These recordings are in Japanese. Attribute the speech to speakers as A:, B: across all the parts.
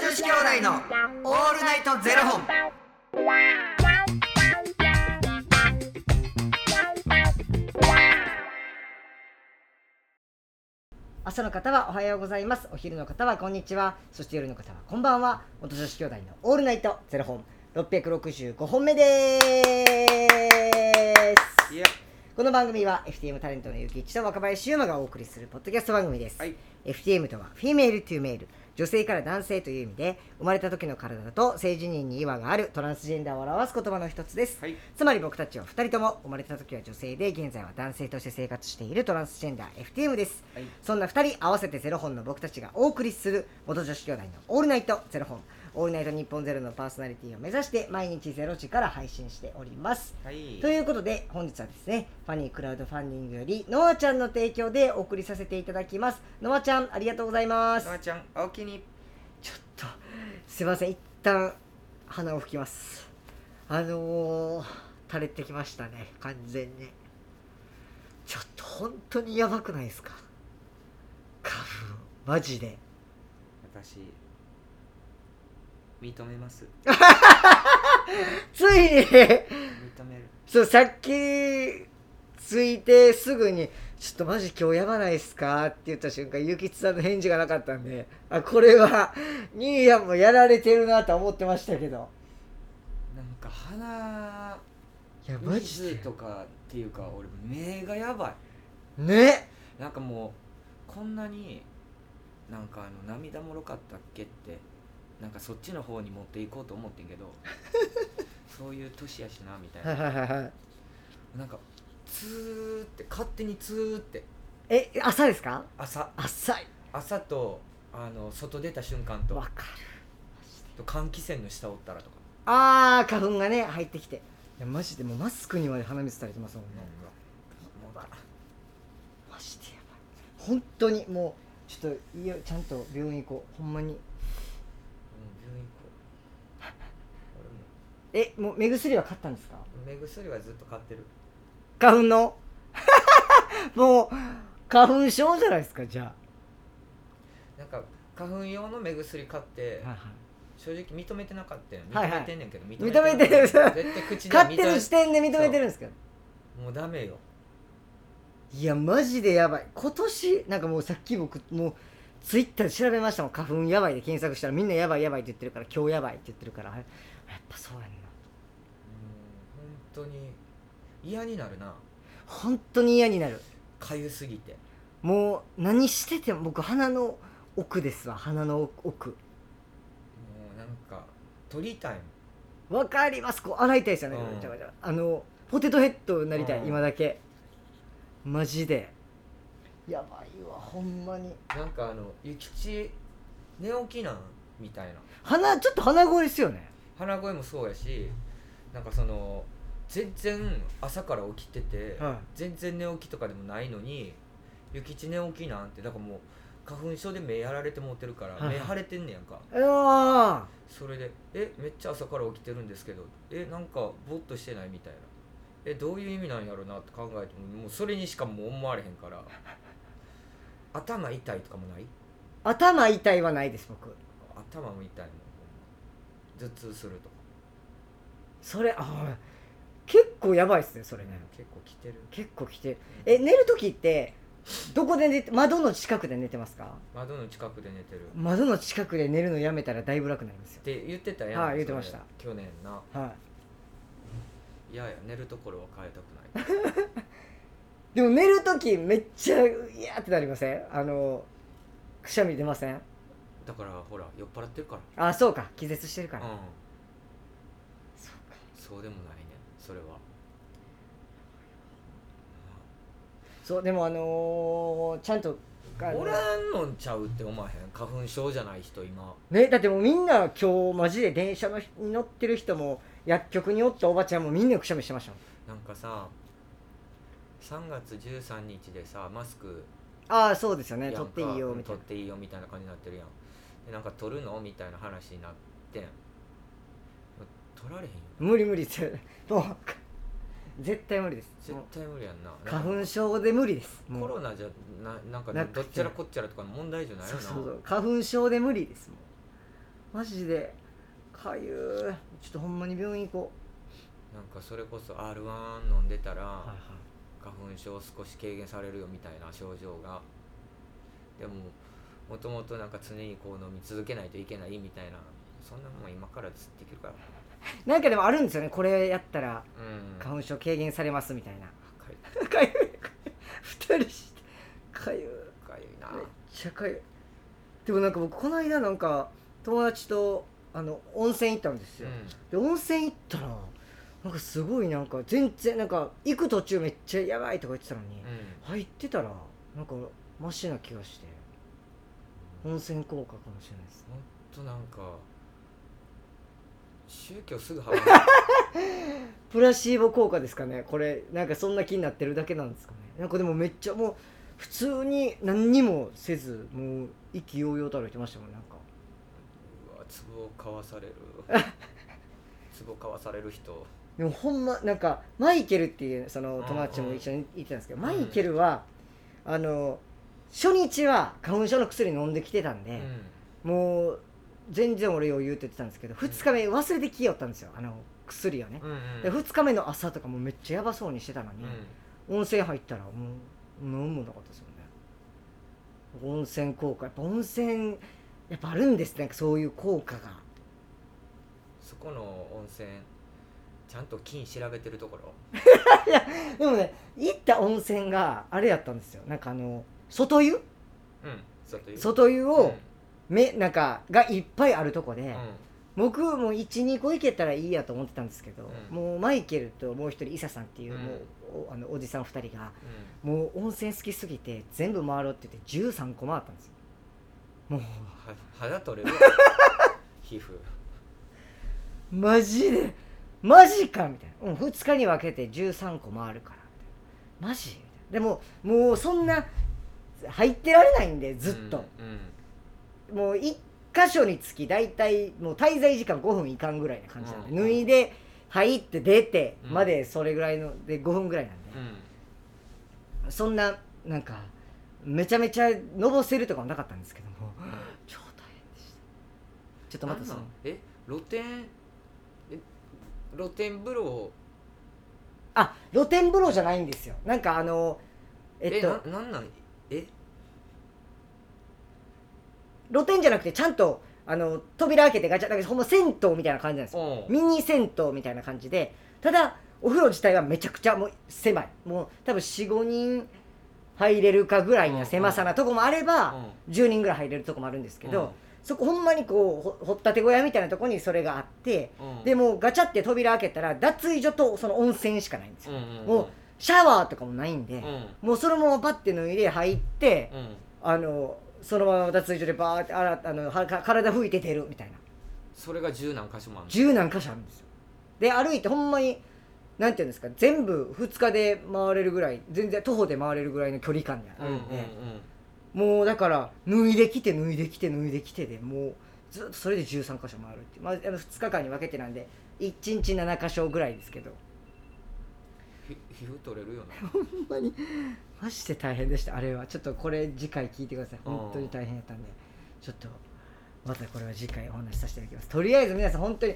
A: 子兄弟のオールナイトゼロ本。
B: 朝の方はおはようございますお昼の方はこんにちはそして夜の方はこんばんは元女子兄弟のオールナイトゼロ本665本目です
A: いや、
B: この番組は FTM タレントのゆきいちと若林優馬がお送りするポッドキャスト番組です、
A: はい
B: FTM とはフィメールトゥメール女性から男性という意味で生まれた時の体と性自認に違和があるトランスジェンダーを表す言葉の一つです、
A: はい
B: つまり僕たちは2人とも生まれた時は女性で現在は男性として生活しているトランスジェンダー FTM です、
A: はい
B: そんな2人合わせてゼロ本の僕たちがお送りする元女子兄弟の「オールナイトゼロ本」「オールナイト日本ゼロのパーソナリティを目指して毎日ゼロ時から配信しております
A: はい
B: ということで本日はですねファニークラウドファンディングよりノアちゃんの提供でお送りさせていただきますノアちゃんありがとうございます
A: のあちゃん、おおきに。
B: ちょっとすいません一旦鼻を拭きますあのー、垂れてきましたね完全にちょっと本当にやばくないですか花粉マジで
A: 私。認めます。
B: ついに
A: 認める。
B: そうさっきついてすぐに「ちょっとマジ今日やばないっすか?」って言った瞬間ゆきつさんの返事がなかったんであこれは兄やんもやられてるなとは思ってましたけど
A: なんか鼻。
B: いやマジ
A: 水
B: で
A: とかっていうか、俺目がやばい。
B: ね
A: なんかもうこんなになんかあの涙もろかったっけってなんかそっちの方に持っていこうと思ってんけ どそういう年やしなみたい
B: はい
A: な
B: はいはいはい
A: なんかツーって勝手にツーって
B: え朝ですか
A: 朝
B: 朝い
A: 朝とあの外出た瞬間と
B: わかる
A: と換気扇の下おったらとか
B: あー花粉がね入ってきていやマジでもうマスクにまで鼻水垂れてますもんね
A: なんかもうだ
B: マジでやばい本当にもうちょっといいよちゃんと病院行こうほんまに
A: うん病院行こう
B: えもう目薬は買ったんですか
A: 俺も目薬はずっと買ってる
B: 花粉の もう花粉症じゃないですかじゃ
A: なんか花粉用の目薬買って、
B: あ、はいはい、
A: 正直認めてなかったよ
B: はい
A: 認
B: はい
A: めてんねんけど、認
B: 認めてる
A: なかった絶対口で
B: 買って
A: 認め
B: る視点で認めてるんですけど
A: もうダメよ
B: いやマジでやばい今年なんかもうさっき僕もうツイッターで調べましたもん花粉やばいで検索したらみんなやばいやばいって言ってるから今日やばいって言ってるからあれやっぱそうやねんな
A: うん本当に嫌になるな
B: 本当に嫌になる
A: かゆすぎて
B: もう何してても僕鼻の奥ですわ鼻の奥
A: もうなんか取りたいもん
B: わかりますこう洗いたいですよね、
A: うん
B: ジャバジャバあのポテトヘッドになりたい、
A: うん
B: 今だけマジでやばいわほんまに
A: なんかあの諭吉寝起きなんみたいな
B: 鼻ちょっと鼻声ですよね
A: 鼻声もそうやしなんかその全然朝から起きてて、
B: は
A: 全然寝起きとかでもないのに諭吉寝起きなんてだからもう花粉症で目やられてもってるから、
B: はいはい
A: 目腫れてんねやんか
B: うわ
A: それで「えめっちゃ朝から起きてるんですけどえなんかぼーっとしてない?」みたいな「えどういう意味なんやろうな」って考えてももうそれにしかもう思われへんから頭痛いとかもない
B: ー頭痛いはないです僕
A: 頭も痛いもん頭痛するとか、
B: それあー結構やばいっすねそれね、
A: 結構きてる
B: 結構きてるえ寝る時ってどこで寝て窓の近くで寝てますか
A: 窓の近くで寝てるっ
B: 窓の近くで寝るのやめたらだいぶ楽になりますよ
A: て言ってたやん、
B: はい言っ
A: そ
B: て
A: れ
B: ました
A: 去年な
B: はい
A: やいや寝るところは変えたく ない
B: いでも寝る時めっちゃいやーってなりませんあのくしゃみ出ません
A: だからほら酔っ払ってるから
B: あそうか気絶してるから、
A: うん
B: そうか
A: そうでもないねそれは
B: そうでもあのーちゃんとあの
A: おらんのんちゃうって思わへん花粉症じゃない人今
B: ねだってもうみんな今日マジで電車のに乗ってる人も薬局におったおばちゃんもみんなくしゃみしてましたもん
A: なんかさ3月13日でさマスク
B: ああそうですよね
A: やんか
B: 取っていいよみたい
A: 取っていいよみたいな感じになってるやんでなんか取るのみたいな話になってん取られへんよ
B: な無理無理ってもう絶対無理です
A: 絶
B: もう
A: 対無理やんな
B: 花粉症で無理ですもう
A: コロナじゃななんか
B: なくて
A: どっちゃらこっちゃらとかの問題じゃない
B: そ
A: よ
B: う
A: な
B: そうそう花粉症で無理ですもんマジでかゆいちょっとほんまに病院行こ
A: なんかそれこそ R1 飲んでたら、
B: う、
A: 花粉症少し軽減されるよみたいな症状がでももともとなんか常にこう飲み続けないといけないみたいなそんなもん今からつっていけるから
B: なんかでもあるんですよねこれやったら
A: うん
B: 花粉症軽減されますみたいな
A: かゆ
B: かゆい2人してかゆい
A: いかゆいな
B: めっちゃかゆいでもなんか僕この間なんか友達とあの温泉行ったんですよ、で温泉行ったらなんかすごいなんか全然なんか行く途中めっちゃやばいとか言ってたのに、
A: うん、うん
B: 入ってたらなんかマシな気がして温泉効果かもしれないです
A: ほんとなんか宗教す ぐ幅
B: プラシーボ効果ですかねこれなんかそんな気になってるだけなんですかねなんかでもめっちゃもう普通に何にもせずもう意気揚々と歩いてましたもんなんか
A: うわ壺をかわされ る壺かわされる人
B: でもほんまなんかマイケルっていうその友達も一緒に行ってたんですけど、
A: うんう
B: マ
A: ん
B: イケルはあの初日は花粉症の薬飲んできてたんで、もう全然俺余裕って言ってたんですけど2日目忘れてきよったんですよあの薬をね、
A: うんうん
B: で2日目の朝とかもめっちゃやばそうにしてたのに、温泉入ったらもう飲むなかったですよね温泉効果やっぱ温泉やっぱあるんですねなんかそういう効果が
A: そこの温泉ちゃんと菌調べてるところ
B: でもね行った温泉があれやったんですよなんかあの外湯
A: うん外湯
B: 外湯
A: うん
B: を、めなんかがいっぱいあるとこで、
A: うん
B: 僕も12個行けたらいいやと思ってたんですけど、
A: うん
B: もうマイケルともう一人イサさんっていう,、
A: うん
B: もうおあのおじさん2人が
A: うん
B: もう温泉好きすぎて全部回ろうって言って13個回ったんですよもう
A: は肌 取れる皮膚
B: マジでマジかみたいな、うん、2日に分けて13個回るからみたいなマジみたいなでももうそんな入ってられないんでずっと、
A: うんうん
B: もう1箇所につき大体もう滞在時間5分いかんぐらいな感じなんで、
A: うん
B: 脱いで入って出て
A: うん
B: までそれぐらいので5分ぐらいなんで、そんななんかめちゃめちゃのぼせるとかもなかったんですけども超大変でしたちょっと
A: な
B: ま
A: ん
B: た
A: な
B: その
A: んえ露天え露天風呂を
B: あ露天風呂じゃないんですよなんかあのえ
A: え
B: っと
A: ななんなんえ
B: 露天じゃなくてちゃんとあの扉開けてガチャなんかほんま銭湯みたいな感じなんですよ
A: おう
B: ミニ銭湯みたいな感じでただお風呂自体はめちゃくちゃもう狭いもう多分45人入れるかぐらいな狭さなとこもあれば
A: うん
B: 10人ぐらい入れるとこもあるんですけ
A: うん
B: どそこほんまにこうほ掘ったて小屋みたいなとこにそれがあって
A: うん
B: でもうガチャって扉開けたら脱衣所とその温泉しかないんです
A: う
B: よ
A: んうんうん
B: もシャワーとかもないんで
A: うん
B: もうそのままパッて脱いで入って
A: うん
B: あのそのまま脱衣所でバーって洗っあのはか体拭いて出るみたいな
A: それが十何箇所もある
B: 十何箇所あるんですよで歩いてほんまになんていうんですか全部2日で回れるぐらい全然徒歩で回れるぐらいの距離感であ
A: うん
B: る
A: うん
B: んで、
A: うん
B: もうだから脱いできて脱いできて脱いできてでもうずっとそれで13箇所回るっていう、まあ、あの2日間に分けてなんで1日7箇所ぐらいですけど
A: ひ皮膚取れるよな
B: ほんまにマジで大変でしたあれはちょっとこれ次回聞いてください
A: うん
B: 本当に大変だったんでちょっとまたこれは次回お話しさせていただきますとりあえず皆さん本当に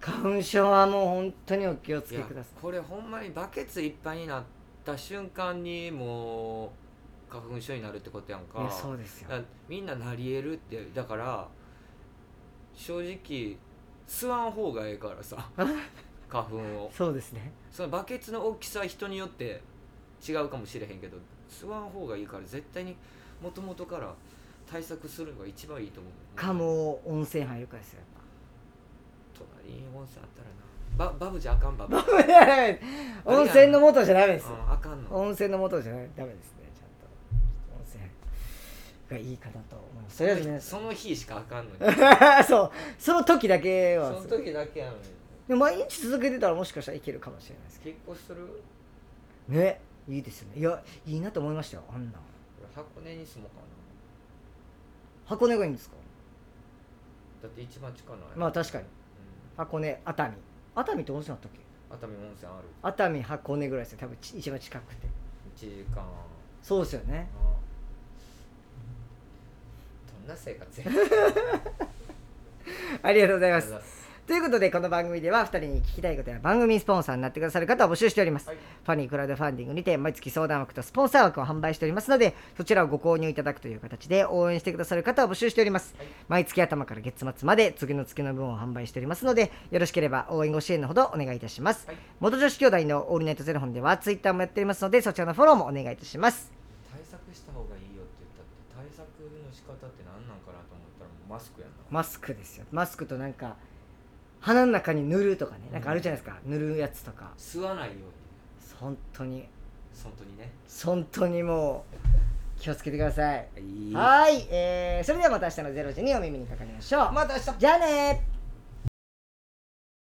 B: 花粉症はもう本当にお気をつ
A: い
B: け
A: や
B: ください
A: これほんまにバケツいっぱいになった瞬間にもう花粉症になるってことやん
B: い
A: か
B: やそうですよ
A: だみんななり得るってだから正直吸わん方がええから さ花粉を
B: そうですね
A: そのバケツの大きさは人によって違うかもしれへんけど吸わん方がいいから絶対にもともとから対策するのが一番いいと思う
B: かも温泉入るかですよ
A: 隣に温泉あったらなババブじゃあかんバブ、うん、
B: やっぱ温泉の元じゃダメですよ
A: あかんの
B: 温泉の元じゃないダメですねちゃんとちょっと温泉がいいかなと思いますとりあえず皆さ
A: その日しかあかんのに
B: ん そうその時だけ
A: そ
B: は
A: の時だけやのに
B: でも毎日続けてたらもしかしたらいけるかもしれないですけ
A: 結婚する
B: どねいいですよねいやいいなと思いましたよあんな
A: 俺箱根に住もうかな
B: 箱根がいいんですか
A: だって一番近いのれ
B: まあ確かに
A: うん
B: 箱根熱海熱海って温泉あったっけ
A: 熱海温泉ある
B: 熱海箱根ぐらいですよ多分ち一番近くて
A: 1時間
B: そうですよね
A: どんな生活や
B: ありがとうござい
A: あ
B: ま
A: りがとうご
B: す
A: ざいます
B: ということでこの番組では2人に聞きたいことや番組スポンサーになってくださる方を募集しております、
A: はい
B: ファニークラウドファンディングにて毎月相談枠とスポンサー枠を販売しておりますのでそちらをご購入いただくという形で応援してくださる方を募集しております、
A: はい
B: 毎月頭から月末まで次の月の分を販売しておりますのでよろしければ応援ご支援のほどお願いいたします、
A: はい
B: 元女子兄弟のオールナイトゼロ本ではツイッターもやっておりますのでそちらのフォローもお願いいたします
A: 対策した方がいいよって言ったって対策の仕方って何なんかなと思ったらもうマスクやんな
B: マスクですよマスクとなんか鼻の中に塗るとかねなんかあるじゃないですか、塗るやつとか
A: 吸わないように
B: 本当に
A: 本当にね
B: 本当にもう気をつけてください
A: いい
B: はーい、えー、それではまた明日の0時にお耳にかかりましょう
A: また明日
B: じゃあねー